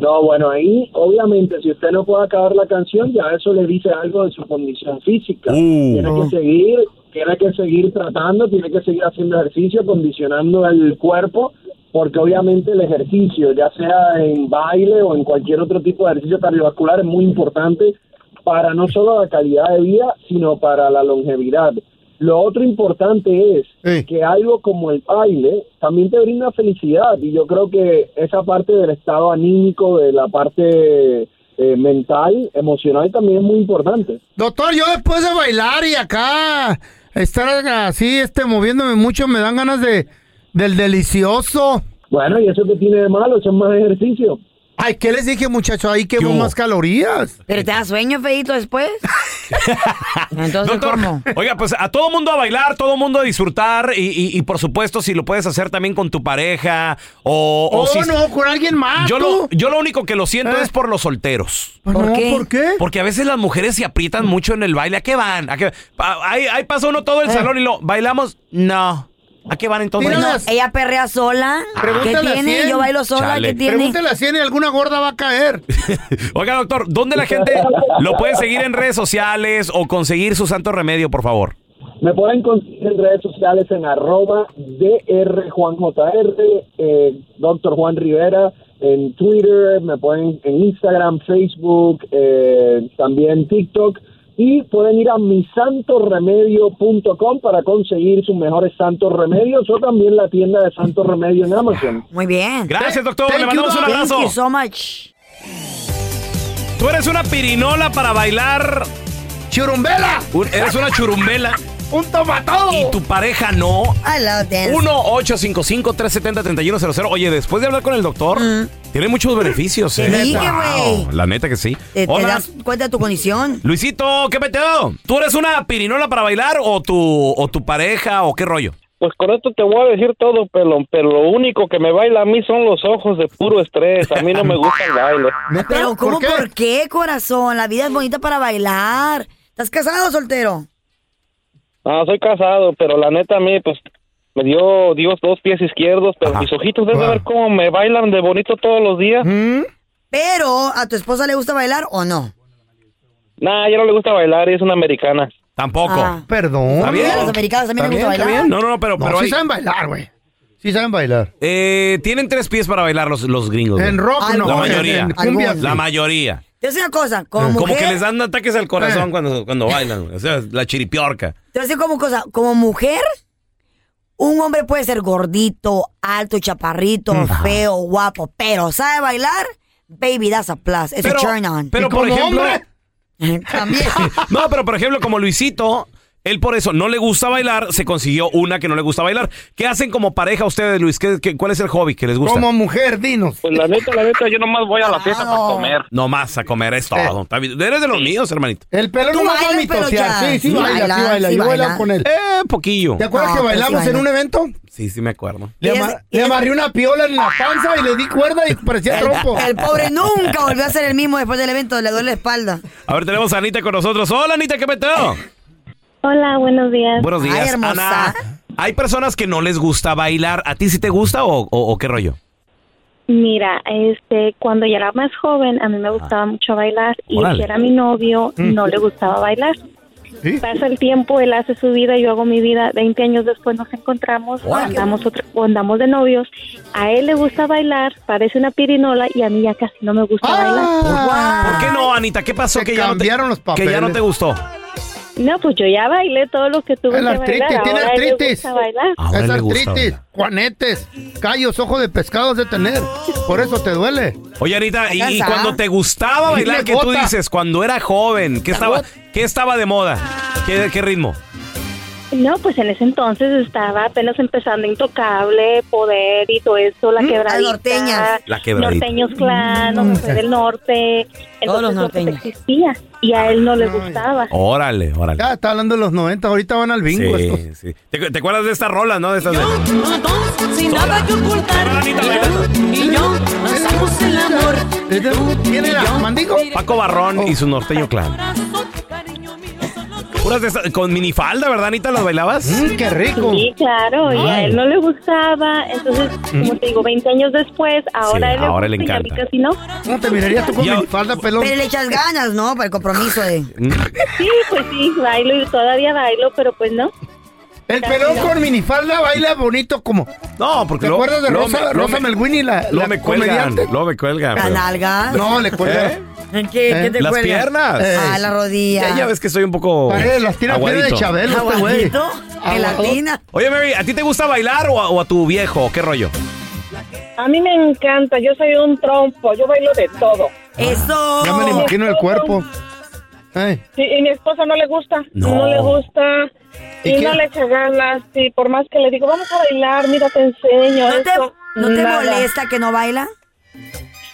Speaker 8: No, bueno, ahí obviamente si usted no puede acabar la canción, ya eso le dice algo de su condición física. tiene que seguir, tiene que seguir tratando, tiene que seguir haciendo ejercicio, condicionando el cuerpo, porque obviamente el ejercicio, ya sea en baile o en cualquier otro tipo de ejercicio cardiovascular, es muy importante para no solo la calidad de vida, sino para la longevidad. Lo otro importante es que algo como el baile también te brinda felicidad y yo creo que esa parte del estado anímico, de la parte eh, mental, emocional también es muy importante.
Speaker 2: Doctor, yo después de bailar y acá estar así, este, moviéndome mucho, me dan ganas de del delicioso.
Speaker 8: Bueno, ¿y eso qué tiene de malo? Eso es más ejercicio.
Speaker 2: Ay, ¿qué les dije, muchacho? Ahí quemo más calorías.
Speaker 4: Pero te da sueño, feito, después. Entonces,
Speaker 3: Doctor,
Speaker 4: ¿cómo?
Speaker 3: Oiga, pues a todo mundo a bailar, todo mundo a disfrutar y, y- y por supuesto si lo puedes hacer también con tu pareja o, o
Speaker 2: Oh,
Speaker 3: si-
Speaker 2: no, con alguien más.
Speaker 3: Yo lo,
Speaker 2: tú.
Speaker 3: yo lo único que lo siento es por los solteros.
Speaker 2: Ah, no, ¿Por qué?
Speaker 3: Porque a veces las mujeres se aprietan mucho en el baile. ¿A qué van? ¿A qué? a- Ahí, ahí pasa uno todo el salón y lo bailamos. No. ¿A qué van entonces?
Speaker 4: Eh. Bueno, ella perrea sola. ¿Qué
Speaker 2: Pregúntale a
Speaker 4: tiene?
Speaker 2: 100.
Speaker 4: Yo bailo sola.
Speaker 3: Chale.
Speaker 4: ¿Qué tiene?
Speaker 2: Pregúntale a 100 y alguna gorda va a caer.
Speaker 3: Oiga, doctor, ¿dónde la gente lo puede seguir en redes sociales o conseguir su santo remedio, por favor?
Speaker 8: Me pueden conseguir en redes sociales en arroba drjuanjr, eh, Dr. Juan Rivera, en Twitter, me pueden en Instagram, Facebook, eh, también TikTok. Y pueden ir a misantoremedio.com para conseguir sus mejores santos remedios o también la tienda de Santo Remedio en Amazon.
Speaker 4: Muy bien.
Speaker 2: Eh,
Speaker 3: Gracias, doctor. Le mandamos un abrazo.
Speaker 4: Thank you so much.
Speaker 3: Tú eres una pirinola para bailar.
Speaker 2: ¡Churumbela!
Speaker 3: eres una churumbela.
Speaker 2: ¡Un tomatado!
Speaker 3: Y tu pareja no.
Speaker 4: I love dance.
Speaker 3: 1-855-370-3100. Oye, después de hablar con el doctor, tiene muchos beneficios.
Speaker 4: Te
Speaker 3: ¿eh?
Speaker 4: dije, Mm. güey.
Speaker 3: la neta que sí.
Speaker 4: Eh, Te, te
Speaker 3: Hola,
Speaker 4: das cuenta de tu condición.
Speaker 3: Luisito, ¿qué peteo? ¿Tú eres una pirinola para bailar o tu, o tu pareja o qué rollo?
Speaker 12: Pues con esto te voy a decir todo, pelón, pero lo único que me baila a mí son los ojos de puro estrés. A mí no me gusta el baile.
Speaker 4: Pero ¿cómo por qué? corazón? La vida es bonita para bailar. ¿Estás casado o soltero?
Speaker 12: No, soy casado, pero la neta a mí, pues, me dio Dios dos pies izquierdos, pero mis ojitos deben ver cómo me bailan de bonito todos los días.
Speaker 4: Pero, ¿a tu esposa le gusta bailar o no?
Speaker 12: Nah, a ella no le gusta bailar, ella es una americana.
Speaker 3: Tampoco.
Speaker 4: Ah.
Speaker 3: Oh.
Speaker 2: Perdón.
Speaker 4: ¿Está bien? A los americanos también les gusta bailar.
Speaker 3: No, no, no, pero...
Speaker 2: No,
Speaker 3: pero
Speaker 2: sí
Speaker 3: hay-
Speaker 2: saben bailar, güey. Sí saben bailar.
Speaker 3: Eh, tienen tres pies para bailar los, los gringos. güey.
Speaker 2: En rock, no,
Speaker 3: La
Speaker 2: en-
Speaker 3: mayoría.
Speaker 2: en cumbia,
Speaker 3: la mayoría.
Speaker 4: Te voy a decir una cosa, como
Speaker 3: Eh, Como
Speaker 4: mujer,
Speaker 3: que les dan ataques al
Speaker 2: Eh.
Speaker 3: corazón cuando, cuando bailan. güey. O sea, la chiripiorca.
Speaker 4: te voy a decir como cosa, como mujer, un hombre puede ser gordito, alto, chaparrito, feo, guapo, pero sabe bailar, baby, that's a plus, it's
Speaker 3: Pero-
Speaker 4: a turn on.
Speaker 3: pero, ¿Y por como ejemplo-
Speaker 4: Ah. También.
Speaker 3: No, pero por ejemplo, como Luisito, él por eso no le gusta bailar, se consiguió una que no le gusta bailar. ¿Qué hacen como pareja ustedes, Luis? ¿Qué, qué- cuál es el hobby que les gusta?
Speaker 2: Como mujer, dinos.
Speaker 12: Pues la neta, la neta, yo nomás voy a la fiesta para comer.
Speaker 3: No más a comer, es todo. Está bien. Eres de los míos, hermanito.
Speaker 2: El pelo
Speaker 4: Tú
Speaker 2: no va a
Speaker 4: bailas,
Speaker 2: mitotear.
Speaker 4: pero ya.
Speaker 2: Sí, sí,
Speaker 4: Sí
Speaker 2: baila,
Speaker 4: baila,
Speaker 2: sí baila.
Speaker 4: sí
Speaker 2: Yo baila
Speaker 4: baila.
Speaker 2: con él.
Speaker 3: Eh, poquillo.
Speaker 2: ¿Te acuerdas
Speaker 4: No,
Speaker 2: que
Speaker 4: pero sí
Speaker 2: bailamos en
Speaker 4: baila.
Speaker 2: un evento?
Speaker 3: Sí, sí me acuerdo.
Speaker 2: Le, amar- le amarré una piola en la panza y le di cuerda y parecía trompo.
Speaker 4: El pobre nunca volvió a ser el mismo después del evento, le duele la espalda.
Speaker 3: A ver, tenemos a Anita con nosotros. Hola, Anita, ¿qué meteo?
Speaker 13: Hola, buenos días.
Speaker 3: Buenos días,
Speaker 13: Ay, hermosa.
Speaker 3: Ana. Hay personas que no les gusta bailar. ¿A ti sí te gusta o, o- o qué rollo?
Speaker 13: Mira, este, cuando yo era más joven, a mí me gustaba mucho bailar y el
Speaker 3: Órale.
Speaker 13: que era mi novio
Speaker 3: Mm.
Speaker 13: no le gustaba bailar. Pasa el tiempo, él hace su vida, yo hago mi vida. Veinte años después nos encontramos,
Speaker 14: Órale.
Speaker 13: andamos, otra- andamos de novios. A él le gusta bailar, parece una pirinola y a mí ya casi no me
Speaker 3: Ah.
Speaker 13: gusta bailar.
Speaker 3: ¿Por qué no, Anita? ¿Qué pasó que ya, no te,
Speaker 2: cambiaron los
Speaker 3: que ya no
Speaker 2: papeles.
Speaker 3: te gustó?
Speaker 13: No, pues yo ya bailé todo lo que tuve
Speaker 2: Es la
Speaker 13: que
Speaker 2: artritis,
Speaker 13: bailar.
Speaker 2: tiene
Speaker 13: Ahora le
Speaker 2: artritis.
Speaker 13: gusta bailar.
Speaker 2: es
Speaker 3: le gusta
Speaker 2: artritis, juanetes, callos, ojos de pescado has de tener. Por eso te duele.
Speaker 3: Oye, Anita, y, y
Speaker 2: Alcanza.
Speaker 3: cuando te gustaba bailar,
Speaker 2: Dile
Speaker 3: ¿qué tú
Speaker 2: gota.
Speaker 3: dices? Cuando era joven, ¿qué estaba, qué estaba de moda? ¿Qué, qué ritmo?
Speaker 13: No, pues en ese entonces estaba apenas empezando Intocable, Poder y todo eso,
Speaker 2: Mm,
Speaker 13: La Quebradita. norteñas.
Speaker 3: La Quebradita.
Speaker 13: Norteños Clan, no sé, del norte. Entonces
Speaker 2: Todos los
Speaker 13: lo que
Speaker 2: norteños.
Speaker 13: existía. Y a él no le gustaba.
Speaker 3: Órale, órale.
Speaker 2: Ya está hablando de los 90, ahorita van al bingo. estos.
Speaker 3: Sí, sí. ¿Te, te acuerdas de esta rola, no? De estas de-
Speaker 14: Sin nada que ocultar. Tú y yo hacemos el amor.
Speaker 2: ¿Quién era? ¿Mandigo?
Speaker 3: Paco Barrón y su norteño clan. Puras de esas- con minifalda, ¿verdad, Anita? ¿Las bailabas?
Speaker 4: Oh,
Speaker 13: Mm,
Speaker 4: mm,
Speaker 2: ¡Qué
Speaker 13: Sí, claro, y a
Speaker 3: Ay.
Speaker 13: él no le gustaba. Entonces,
Speaker 4: Mm.
Speaker 13: como te digo, 20 años después, ahora, él
Speaker 3: ahora le
Speaker 13: gusta y a mí
Speaker 3: encanta.
Speaker 13: casi no.
Speaker 2: ¿Cómo te mirarías tú con mi falda, pelón?
Speaker 4: Pero le echas ganas, ¿no? Por el compromiso de...
Speaker 13: Sí, pues sí, bailo y todavía bailo, pero pues no.
Speaker 2: El pelón con minifalda baila bonito como.
Speaker 3: No, porque
Speaker 2: ¿Te
Speaker 3: luego-
Speaker 2: acuerdas de
Speaker 3: luego
Speaker 2: Rosa,
Speaker 3: me- luego
Speaker 2: Rosa
Speaker 3: me-
Speaker 2: Melguini, la,
Speaker 3: Luego
Speaker 2: la
Speaker 3: me cuelgan,
Speaker 2: comediante?
Speaker 3: luego me cuelgan.
Speaker 4: ¿La
Speaker 3: pero-
Speaker 4: nalga?
Speaker 2: No, le cuelga.
Speaker 3: ¿Eh?
Speaker 4: ¿En Ah, qué,
Speaker 3: ¿Eh?
Speaker 4: qué te
Speaker 3: Las
Speaker 4: cuelga?
Speaker 3: piernas.
Speaker 4: Ah, la rodilla.
Speaker 3: Ya, ya ves que soy un poco
Speaker 2: Pare, las tira piedra de
Speaker 3: Oh. aguadito.
Speaker 2: Chabelo este güey.
Speaker 4: Aguadito, Gelatina.
Speaker 3: Oye, Mary, ¿a ti te gusta bailar o a, o a tu viejo? ¿Qué rollo?
Speaker 15: A mí me encanta, yo soy un trompo, yo bailo de todo.
Speaker 4: Eso.
Speaker 2: Ya me lo imagino el cuerpo. Ey.
Speaker 15: Sí, y mi esposa no le gusta, no, le gusta
Speaker 2: ¿Y
Speaker 15: y,
Speaker 2: qué?
Speaker 15: no le echa ganas. Y por más que le digo, vamos a bailar, mira, te enseño.
Speaker 4: ¿No te,
Speaker 15: esto",
Speaker 4: ¿no te
Speaker 15: nada.
Speaker 4: molesta que no baila?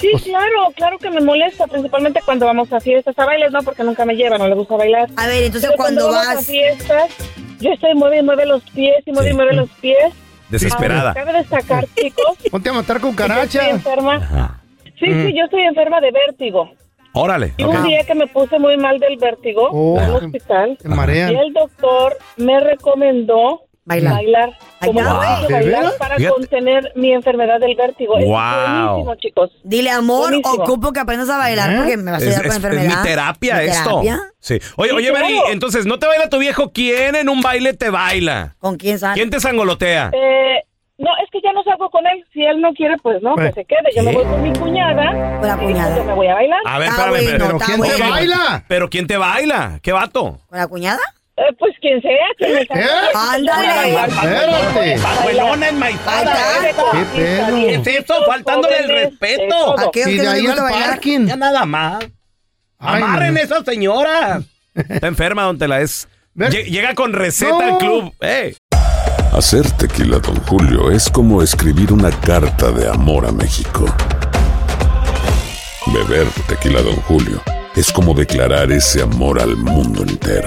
Speaker 15: Sí,
Speaker 2: Pues
Speaker 15: claro, claro que me molesta, principalmente cuando vamos a fiestas. A bailes no, porque nunca me lleva, no le gusta bailar.
Speaker 4: A ver, entonces, cuando
Speaker 15: vamos
Speaker 4: vas-
Speaker 15: a fiestas, yo estoy mueve y mueve los pies y mueve y mueve los pies.
Speaker 3: Desesperada.
Speaker 15: Ahora, cabe destacar, chicos.
Speaker 2: Ponte a matar con
Speaker 15: Yo estoy
Speaker 2: caracha.
Speaker 15: enferma. Sí,
Speaker 2: Mm.
Speaker 15: sí, yo estoy enferma de vértigo.
Speaker 3: Órale.
Speaker 15: Y un día que me puse muy mal del vértigo,
Speaker 2: Oh.
Speaker 15: al hospital,
Speaker 2: Te marean.
Speaker 15: y el doctor me recomendó
Speaker 2: Bailar.
Speaker 15: bailar, como
Speaker 4: Ay,
Speaker 15: yo
Speaker 4: guau.
Speaker 15: tengo que
Speaker 4: ¿De
Speaker 15: bailar
Speaker 4: veras?
Speaker 15: para
Speaker 4: Fíjate.
Speaker 15: contener mi enfermedad del vértigo. Es
Speaker 3: Guau.
Speaker 15: buenísimo, chicos.
Speaker 4: Dile, amor,
Speaker 15: Buenísimo.
Speaker 4: ocupo que aprendas a bailar
Speaker 15: ¿Eh?
Speaker 4: porque me vas a
Speaker 3: Es,
Speaker 4: ayudar con
Speaker 3: es-
Speaker 4: la
Speaker 3: es
Speaker 4: enfermedad.
Speaker 3: mi terapia
Speaker 4: ¿Mi
Speaker 3: esto.
Speaker 4: terapia?
Speaker 3: Sí. Oye,
Speaker 4: Sí,
Speaker 3: oye, Mary,
Speaker 4: claro.
Speaker 3: entonces, ¿no te baila tu viejo? ¿Quién en un baile te baila?
Speaker 4: ¿Con quién sale?
Speaker 3: ¿Quién te sangolotea?
Speaker 15: Eh, no, es que ya no salgo con él. Si él no quiere, pues no,
Speaker 3: Bueno.
Speaker 15: que se quede. Yo me
Speaker 3: ¿Qué?
Speaker 15: voy con mi cuñada.
Speaker 4: Con la Ah,
Speaker 15: cuñada. Yo me voy a bailar.
Speaker 3: A ver, espérame, espérame. Oye, ¿Pero quién te baila? ¿Qué vato?
Speaker 4: ¿Con la cuñada?
Speaker 15: Eh, pues quien sea, quien me salga.
Speaker 4: ¡Ándale!
Speaker 2: Espérate.
Speaker 3: Pajuelona enmaizada.
Speaker 2: ¿Qué pedo?
Speaker 3: ¿Qué es esto? Faltándole el respeto.
Speaker 2: ¿A qué es que
Speaker 3: Y
Speaker 2: no le gusta bailar?
Speaker 3: Ya nada más. Amarren esas señoras. Está enferma, don Tela. Es... Lle- Llega con receta al club. Eh.
Speaker 16: Hacer tequila, Don Julio, es como escribir una carta de amor a México. Beber tequila, Don Julio, es como declarar ese amor al mundo entero.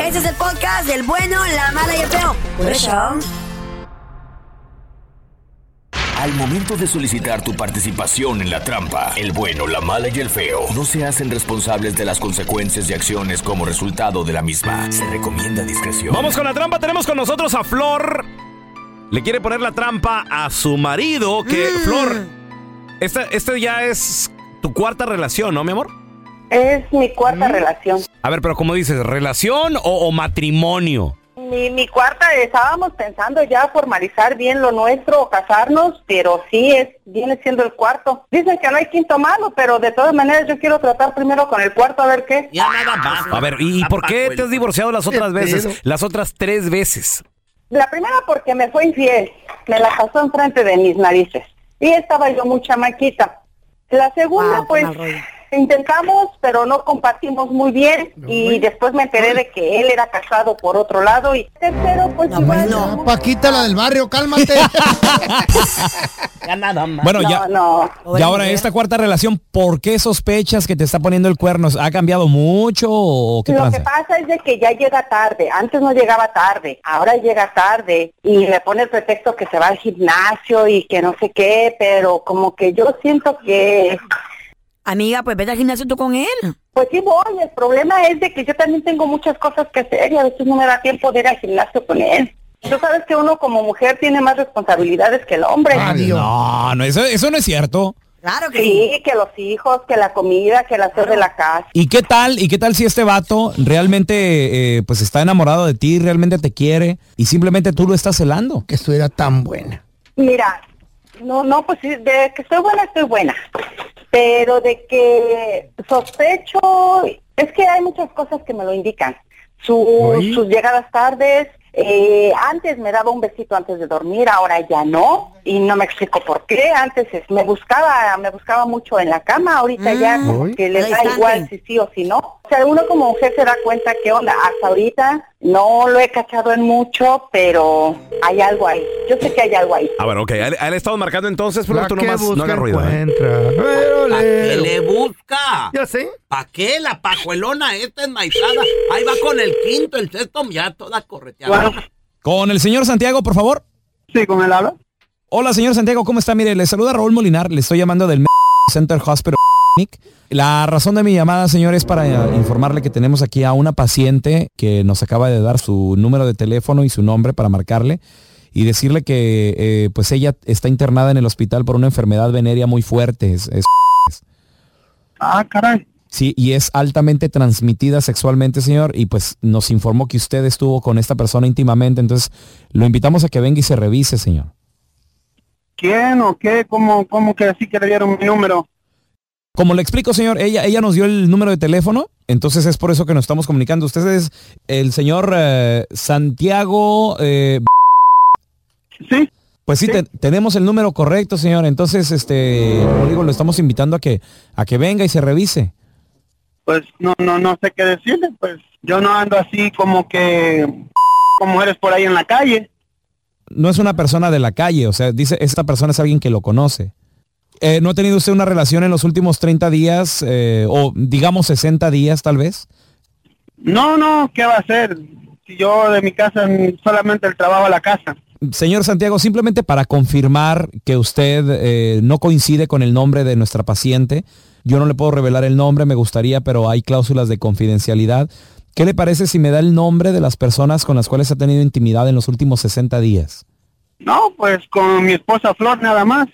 Speaker 4: Este es el podcast del bueno, la mala y el feo. Por eso.
Speaker 17: Al momento de solicitar tu participación en la trampa, el bueno, la mala y el feo no se hacen responsables de las consecuencias y acciones como resultado de la misma. Se recomienda discreción.
Speaker 3: Vamos con la trampa. Tenemos con nosotros a Flor. Le quiere poner la trampa a su marido. Que,
Speaker 18: Mm.
Speaker 3: Flor, esta, esta ya es tu cuarta relación, ¿no, mi amor?
Speaker 19: Es mi cuarta relación.
Speaker 3: A ver, pero como dices, ¿relación o, o matrimonio?
Speaker 18: mi, mi cuarta, estábamos pensando ya formalizar bien lo nuestro o casarnos, pero sí, es, viene siendo el cuarto. Dicen que no hay quinto malo, pero de todas maneras yo quiero tratar primero con el cuarto a ver qué.
Speaker 2: Ya nada más.
Speaker 20: A ver, ¿y, y por qué te has divorciado las otras veces? Las otras tres veces.
Speaker 18: La primera porque me fue infiel, me la pasó enfrente de mis narices. Y estaba yo muy chamaquita. La segunda, pues, intentamos, pero no compartimos muy bien. y después me enteré de que él era casado por otro lado. Y tercero, pues, igual,
Speaker 21: No, Paquita, la del barrio, cálmate.
Speaker 2: Ya nada más.
Speaker 3: Bueno,
Speaker 18: No,
Speaker 3: ya,
Speaker 18: no.
Speaker 3: y ahora esta cuarta relación, ¿por qué sospechas que te está poniendo el cuerno? ¿Ha cambiado mucho o qué
Speaker 18: lo
Speaker 3: pasa?
Speaker 18: que pasa es de que ya llega tarde. Antes no llegaba tarde, ahora llega tarde y me pone el pretexto que se va al gimnasio y que no sé qué, pero como que yo siento que
Speaker 22: Amiga, pues vete al gimnasio tú con él.
Speaker 18: Pues sí voy, el problema es de que yo también tengo muchas cosas que hacer y a veces no me da tiempo de ir al gimnasio con él. Tú sabes que uno como mujer tiene más responsabilidades que el hombre.
Speaker 3: Ah, No, no, eso, eso no es cierto.
Speaker 22: Claro
Speaker 18: que sí. que los hijos, que la comida, que el hacer de la casa.
Speaker 3: ¿Y qué tal? ¿Y qué tal si este vato realmente eh, pues está enamorado de ti, realmente te quiere y simplemente tú lo estás celando?
Speaker 21: Que estuviera tan buena.
Speaker 18: Mira, no, no, pues sí, de que estoy buena, estoy buena. Pero de que sospecho, es que hay muchas cosas que me lo indican. Su- sus llegadas tardes, eh, antes me daba un besito antes de dormir, ahora ya no. Y no me explico por qué. Antes es- me buscaba, me buscaba mucho en la cama, ahorita ya como
Speaker 23: Uy.
Speaker 18: que le
Speaker 23: Al
Speaker 18: da
Speaker 23: instante.
Speaker 18: igual si sí o si no. O sea, uno como mujer se da cuenta que onda, hasta ahorita no lo he cachado en mucho, pero hay algo ahí. Yo sé que hay algo ahí.
Speaker 20: A ver, Ah, ok, ¿a él- a él le estado marcando entonces, pero
Speaker 2: La
Speaker 20: tú
Speaker 2: que
Speaker 20: nomás no
Speaker 2: busca
Speaker 20: hagas ruido. ¿eh?
Speaker 2: ¿Para qué le busca?
Speaker 21: Ya sé.
Speaker 2: ¿Para pues, qué? La pajuelona esta enmaizada. Ahí va con el quinto, el sexto, ya toda correteada.
Speaker 7: pues,
Speaker 3: Con el señor Santiago, por favor.
Speaker 7: Sí, con él habla.
Speaker 3: Hola, señor Santiago, ¿cómo está? Mire, le saluda Raúl Molinar, le estoy llamando del Center Hospital. La razón de mi llamada, señor, es para eh, informarle que tenemos aquí a una paciente que nos acaba de dar su número de teléfono y su nombre para marcarle y decirle que eh, pues ella está internada en el hospital por una enfermedad venérea muy fuerte. es- es
Speaker 7: Ah, caray.
Speaker 3: Sí, y es altamente transmitida sexualmente, señor, y pues nos informó que usted estuvo con esta persona íntimamente, entonces lo invitamos a que venga y se revise, señor.
Speaker 7: ¿Quién o qué? ¿Cómo, cómo que así que le dieron mi número?
Speaker 3: Como le explico, señor, ella, ella nos dio el número de teléfono, entonces es por eso que nos estamos comunicando. Usted es el señor eh, Santiago... eh,
Speaker 7: sí.
Speaker 3: Pues sí, te- tenemos el número correcto, señor. Entonces, este, como digo, lo estamos invitando a que, a que venga y se revise.
Speaker 7: Pues no, no, no sé qué decirle, pues yo no ando así como que con mujeres por ahí en la calle.
Speaker 3: no es una persona de la calle, o sea, dice, esta persona es alguien que lo conoce. Eh, ¿No ha tenido usted una relación en los últimos 30 días eh, o digamos 60 días tal vez?
Speaker 7: No, no, ¿qué va a hacer? Si yo de mi casa mm, solamente el trabajo a la casa.
Speaker 3: Señor Santiago, simplemente para confirmar que usted eh, no coincide con el nombre de nuestra paciente, yo no le puedo revelar el nombre, me gustaría, pero hay cláusulas de confidencialidad. ¿Qué le parece si me da el nombre de las personas con las cuales ha tenido intimidad en los últimos 60 días?
Speaker 7: No, pues con mi esposa Flor nada más.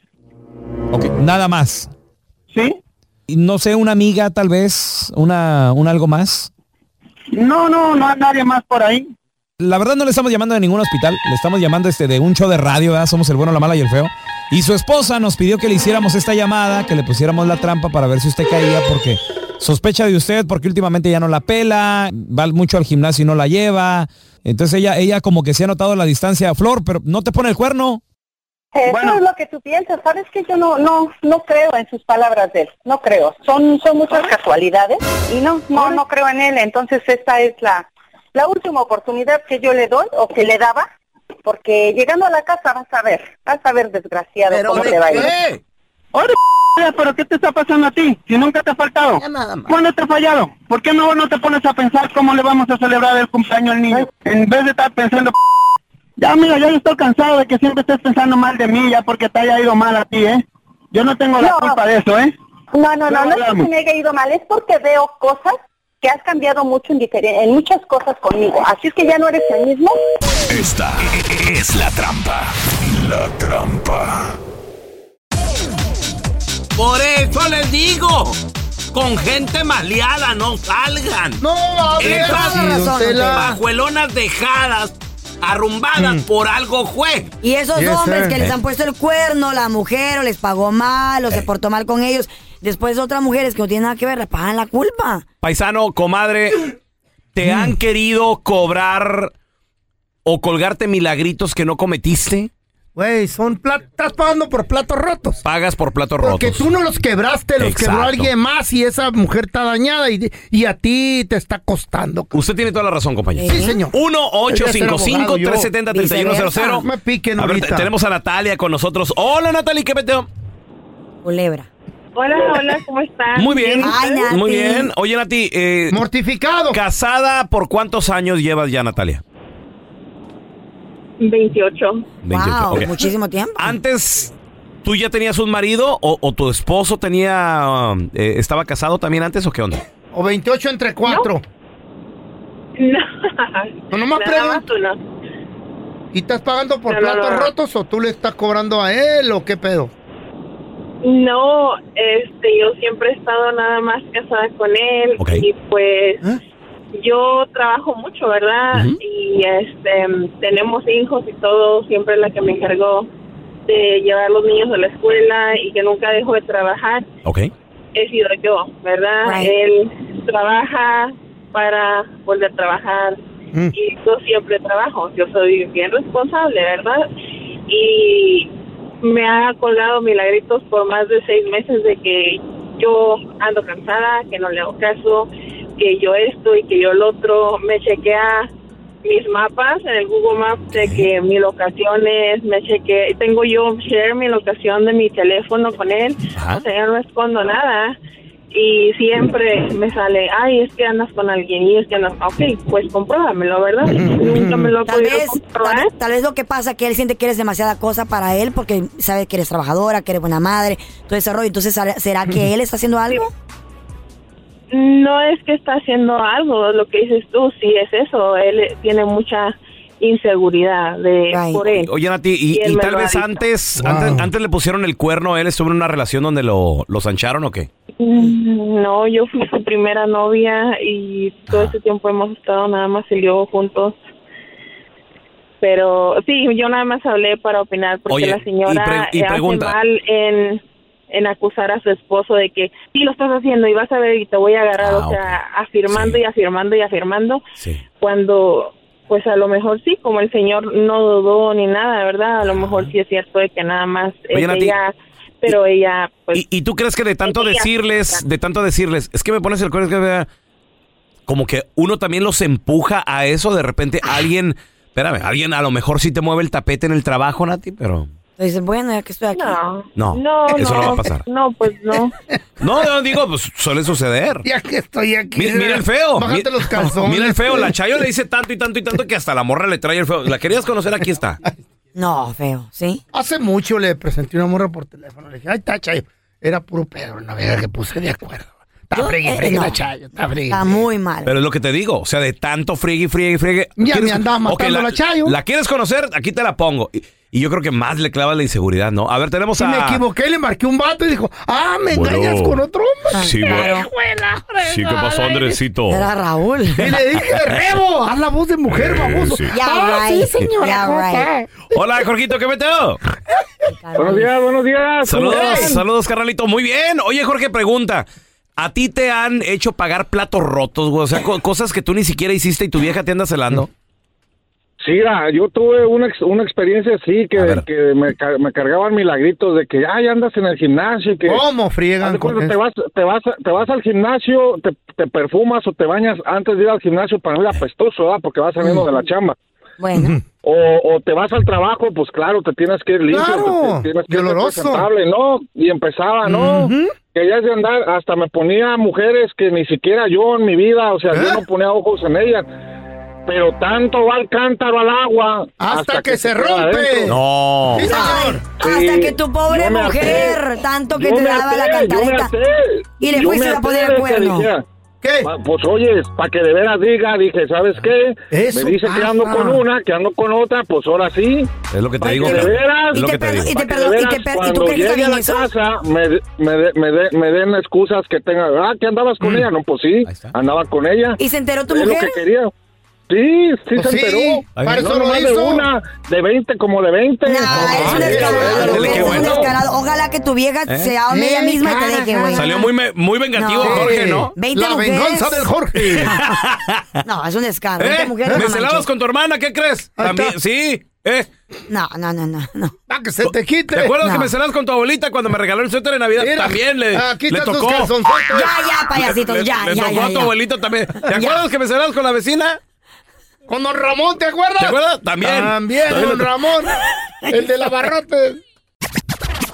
Speaker 3: Ok, nada más.
Speaker 7: ¿Sí?
Speaker 3: Y No sé, una amiga tal vez, una, un algo más.
Speaker 7: No, no, no hay nadie más por ahí.
Speaker 3: La verdad no le estamos llamando de ningún hospital, le estamos llamando este de un show de radio, ¿verdad? Somos el bueno, la mala y el feo. Y su esposa nos pidió que le hiciéramos esta llamada, que le pusiéramos la trampa para ver si usted caía porque sospecha de usted porque últimamente ya no la pela, va mucho al gimnasio y no la lleva. Entonces ella ella como que se ha notado la distancia, Flor, pero no te pone el cuerno.
Speaker 18: Eso es lo que tú piensas. Sabes que yo no, no, no creo en sus palabras de él. No creo. Son, son muchas casualidades y no, no, no creo en él. Entonces esta es la, la última oportunidad que yo le doy o que le daba, porque llegando a la casa vas a ver, vas a ver desgraciado cómo te va a ir.
Speaker 7: Oye, p***, pero ¿qué te está pasando a ti? Si nunca te ha faltado. ¿Cuándo te ha fallado? ¿Por qué no, no te pones a pensar cómo le vamos a celebrar el cumpleaños al niño? En vez de estar pensando, p***, ya mira, ya yo estoy cansado de que siempre estés pensando mal de mí, ya porque te haya ido mal a ti, ¿eh? Yo no tengo la
Speaker 18: No.
Speaker 7: culpa de eso, ¿eh?
Speaker 18: No, no, no,
Speaker 8: no
Speaker 7: Luego
Speaker 18: no
Speaker 8: es que
Speaker 18: es
Speaker 8: hablamos.
Speaker 18: que
Speaker 8: se
Speaker 18: me haya ido mal, es porque veo cosas que has cambiado mucho en, en muchas cosas conmigo. Así es que ya no eres el mismo.
Speaker 11: Esta es la trampa. La trampa.
Speaker 2: Por eso les digo, con gente maleada no salgan.
Speaker 21: No,
Speaker 24: ver,
Speaker 2: Esas
Speaker 24: tiene razón, don Tela.
Speaker 2: pajuelonas dejadas
Speaker 6: arrumbadas
Speaker 2: Mm.
Speaker 6: por algo fue.
Speaker 4: Y esos
Speaker 6: Yes,
Speaker 4: hombres
Speaker 6: sir.
Speaker 4: que
Speaker 2: Eh.
Speaker 3: Eh.
Speaker 4: les han puesto el cuerno, la mujer o les pagó mal o se portó mal con ellos, después otras mujeres que no tienen nada que ver, les pagan la culpa.
Speaker 3: Paisano, comadre, ¿te
Speaker 2: Mm.
Speaker 3: han querido cobrar o colgarte milagritos que no cometiste?
Speaker 2: Güey, son plat- estás pagando por platos rotos.
Speaker 3: Pagas por platos
Speaker 2: Porque
Speaker 3: rotos.
Speaker 2: tú no los quebraste, los quebró
Speaker 3: Exacto.
Speaker 2: alguien más y esa mujer está dañada y, y a ti te está costando.
Speaker 3: Usted tiene toda la razón, compañero.
Speaker 2: Sí, señor. Debería ser abogado yo.
Speaker 3: 1-855-370-3100.
Speaker 2: Ah, Me piquen
Speaker 3: A ver, te-
Speaker 2: ahorita.
Speaker 3: tenemos a Natalia con nosotros. Hola, Natalia, ¿qué peteo?
Speaker 4: Culebra.
Speaker 15: Hola, hola, ¿cómo están?
Speaker 3: Muy bien.
Speaker 15: Ah, Ay, Nati.
Speaker 3: Muy bien. Oye, Nati. eh,
Speaker 2: Mortificado.
Speaker 3: ¿Casada por cuántos años llevas ya, Natalia?
Speaker 15: 28.
Speaker 3: 28,
Speaker 4: Wow,
Speaker 3: ok.
Speaker 4: muchísimo tiempo.
Speaker 3: Antes, ¿tú ya tenías un marido o, o tu esposo tenía. eh, ¿Estaba casado también antes o qué onda?
Speaker 2: O 28 entre 4.
Speaker 15: No.
Speaker 2: No, nomás
Speaker 15: Nada más
Speaker 2: pregunto. ¿Y estás pagando por
Speaker 15: No, no,
Speaker 2: platos
Speaker 15: no, no.
Speaker 2: rotos o tú le estás cobrando a él o qué pedo?
Speaker 15: No, este, yo siempre he estado nada más casada con él y pues
Speaker 4: Ah.
Speaker 15: yo trabajo mucho, ¿verdad? Y este, tenemos hijos y todo, siempre la que me encargó de llevar los niños a la escuela y que nunca dejó de trabajar
Speaker 3: Ok.
Speaker 15: he sido yo, ¿verdad?
Speaker 3: Right.
Speaker 15: Él trabaja para volver a trabajar
Speaker 4: Mm.
Speaker 15: y yo siempre trabajo, yo soy bien responsable, ¿verdad? Y me ha colgado milagritos por más de seis meses de que yo ando cansada, que no le hago caso, que yo esto y que yo lo otro, me chequea mis mapas en el Google Maps de que mi locación es, me chequeé, tengo yo share mi locación de mi teléfono con él, o sea, yo no escondo nada y siempre me sale, ay, es que andas con alguien y es que andas, ok, pues compruébamelo, ¿verdad? Nunca me lo he
Speaker 4: Tal
Speaker 15: podido
Speaker 4: vez, tal, vez- tal vez lo que pasa es que él siente que eres demasiada cosa para él porque sabe que eres trabajadora, que eres buena madre, todo ese rollo. Entonces, ¿será- ¿será que él está haciendo algo?
Speaker 15: No es que está haciendo algo, lo que dices tú, sí es eso, él tiene mucha inseguridad de por él.
Speaker 3: Oye, Nati,
Speaker 15: Y
Speaker 3: ¿y,
Speaker 15: él
Speaker 3: y
Speaker 15: me
Speaker 3: tal
Speaker 15: lo ha
Speaker 3: vez
Speaker 15: dicho.
Speaker 3: antes, antes antes le pusieron el cuerno a él? ¿Estuvo en una relación donde lo, lo sancharon o qué?
Speaker 15: Mm, No, yo fui su primera novia y todo ese tiempo hemos estado nada más él y yo juntos. Pero sí, yo nada más hablé para opinar porque
Speaker 3: Oye,
Speaker 15: la señora
Speaker 3: y pre- y
Speaker 15: eh, hace
Speaker 3: pregunta.
Speaker 15: mal en, en acusar a su esposo de que sí lo estás haciendo y vas a ver y te voy a agarrar,
Speaker 3: Ah,
Speaker 15: o sea, afirmando y afirmando y afirmando cuando pues a lo mejor sí, como el señor no dudó ni nada, ¿verdad? A lo mejor sí es cierto de que nada más
Speaker 3: Oye,
Speaker 15: es
Speaker 3: Nati,
Speaker 15: ella, pero ella pues
Speaker 3: ¿Y, y tú crees que de tanto
Speaker 15: Tenía-
Speaker 3: decirles, de tanto decirles, es que me pones el cuerno, es que me- como que uno también los empuja a eso, de repente alguien, espérame, alguien a lo mejor sí te mueve el tapete en el trabajo, Nati, pero
Speaker 4: Entonces, bueno, ya que estoy aquí.
Speaker 15: No,
Speaker 3: no, eso no, va a pasar.
Speaker 15: No, pues no.
Speaker 3: No, no, digo, pues suele suceder.
Speaker 2: Ya que estoy aquí.
Speaker 3: Mi- Mira, el feo.
Speaker 2: Bájate
Speaker 3: Mi-
Speaker 2: los calzones.
Speaker 3: Mira el feo. La Chayo le dice tanto y tanto y tanto que hasta la morra le trae el feo. ¿La querías conocer? Aquí está.
Speaker 4: No, feo, ¿sí?
Speaker 2: Hace mucho le presenté una morra por teléfono. Le dije, ay, está Chayo. Era puro pedo, una verga que puse de acuerdo. Está fregui, fregui, la Chayo. Está fregui.
Speaker 4: Eh, Está muy mal.
Speaker 3: Pero es lo que te digo. O sea, de tanto friegue, friegue, friegue.
Speaker 2: Ya
Speaker 3: ¿Quieres-
Speaker 2: me andaba matando
Speaker 3: Ok,
Speaker 2: la Chayo.
Speaker 3: ¿La quieres conocer? Aquí te la pongo. Y, y yo creo que más le clavas la inseguridad, ¿no? A ver, tenemos
Speaker 2: Y
Speaker 3: a...
Speaker 2: me equivoqué, le marqué un vato y dijo, ah, me
Speaker 3: Bueno.
Speaker 2: engañas con otro hombre.
Speaker 11: Sí, bueno.
Speaker 2: Hijo de la
Speaker 11: Sí, ¿qué pasó, Andresito?
Speaker 4: Raúl. Y
Speaker 2: le dije, Rebo, haz la voz de mujer, baboso.
Speaker 11: sí.
Speaker 4: Ya,
Speaker 2: ah,
Speaker 4: right.
Speaker 2: sí, señora.
Speaker 4: Ya,
Speaker 2: ¿cómo
Speaker 4: right.
Speaker 2: está?
Speaker 3: Hola, Jorgito, ¿qué meteo?
Speaker 25: Buenos días, buenos días. ¿cómo
Speaker 3: Saludos,
Speaker 25: están?
Speaker 3: saludos, carnalito. Muy bien. Oye, Jorge, pregunta. ¿A ti te han hecho pagar platos rotos, güey? O sea, co- cosas que tú ni siquiera hiciste y tu vieja te anda celando.
Speaker 25: Sí, mira, yo tuve una, ex- una experiencia así que, que me, ca- me cargaban milagritos de que ay andas en el gimnasio y que
Speaker 2: ¿Cómo friegan
Speaker 25: Haz de
Speaker 2: con
Speaker 25: cuenta, te
Speaker 2: eso?
Speaker 25: vas te vas te vas al gimnasio te, te perfumas o te bañas antes de ir al gimnasio para no ir apestoso, ¿verdad? porque vas saliendo de la chamba.
Speaker 4: Bueno.
Speaker 25: O, o te vas al trabajo, pues claro, te tienes que ir limpio,
Speaker 2: Claro,
Speaker 25: te- te tienes que
Speaker 2: y
Speaker 25: ir
Speaker 2: oloroso.
Speaker 25: presentable, ¿no? Y empezaba, ¿no? Que ya es de andar, hasta me ponía mujeres que ni siquiera yo en mi vida, o sea,
Speaker 2: ¿Eh?
Speaker 25: yo no ponía ojos en ellas. Pero tanto va el cántaro al agua.
Speaker 2: Hasta que se
Speaker 25: queda
Speaker 2: rompe.
Speaker 25: adentro.
Speaker 3: No.
Speaker 25: Sí, señor.
Speaker 4: Hasta que tu pobre
Speaker 25: yo me
Speaker 4: mujer,
Speaker 25: harté.
Speaker 4: tanto que
Speaker 25: Yo
Speaker 4: te
Speaker 25: me
Speaker 4: daba
Speaker 25: harté,
Speaker 4: la
Speaker 25: yo me
Speaker 4: cantareta.
Speaker 25: harté.
Speaker 4: Y le
Speaker 25: Yo
Speaker 4: fuiste
Speaker 25: me
Speaker 4: a poner
Speaker 25: harté de
Speaker 4: el
Speaker 25: que
Speaker 4: cuerno.
Speaker 25: dijera, "Pa- Pues oyes, para que de veras diga, dije, ¿sabes qué?
Speaker 3: Eso
Speaker 25: me dice que
Speaker 3: pasa.
Speaker 25: ando con una, que ando con otra, pues ahora sí.
Speaker 3: Es lo que te
Speaker 25: Pa'
Speaker 3: digo.
Speaker 25: que
Speaker 3: Jorge.
Speaker 25: de veras,
Speaker 3: Es lo que te digo.
Speaker 25: pa' que de veras, cuando llegue a la casa, me, de- me, de- me, de- me den excusas que tenga. Ah, que andabas con ella. No, pues sí, andaba con ella.
Speaker 4: ¿Y se enteró tu
Speaker 25: Es lo
Speaker 4: mujer?
Speaker 25: que quería. Sí, sí
Speaker 14: Pues
Speaker 25: se
Speaker 14: sí,
Speaker 25: enteró.
Speaker 14: para
Speaker 25: No
Speaker 14: eso lo
Speaker 25: nomás de
Speaker 14: hizo.
Speaker 25: una, de 20 como de 20. No,
Speaker 4: es un descarado, güey, es un descarado. Ojalá que tu vieja
Speaker 25: ¿Eh?
Speaker 4: se ame ella misma y te deje, güey.
Speaker 5: Salió muy, me- muy vengativo
Speaker 4: No.
Speaker 5: Jorge, ¿no?
Speaker 4: 20 mujeres.
Speaker 5: Jorge.
Speaker 4: No, es un descaro.
Speaker 5: ¿Eh?
Speaker 4: 20 mujeres, no
Speaker 5: ¿Me
Speaker 4: manches.
Speaker 5: celabas con tu hermana? ¿Qué crees?
Speaker 4: Ahí está.
Speaker 5: También- sí. ¿Eh?
Speaker 4: No, no, no, no. no.
Speaker 2: Ah, que se te quite.
Speaker 5: ¿Te acuerdas
Speaker 4: No.
Speaker 5: que me celabas con tu abuelita cuando me regaló el suéter de Navidad?
Speaker 4: Mira,
Speaker 5: también le,
Speaker 4: aquí
Speaker 5: le
Speaker 4: están tus
Speaker 5: tocó.
Speaker 4: calzoncitos. Ya, ya, payasito,
Speaker 5: Le- le-
Speaker 4: ya,
Speaker 5: le
Speaker 4: ya,
Speaker 5: tocó
Speaker 4: ya,
Speaker 5: a tu
Speaker 4: ya.
Speaker 5: abuelita también. ¿Te acuerdas que me celabas con la vecina?
Speaker 2: Con don Ramón, ¿te acuerdas?
Speaker 5: ¿Te acuerdas? También.
Speaker 2: También,
Speaker 5: También
Speaker 2: don
Speaker 5: le-
Speaker 2: Ramón. El de la barrote.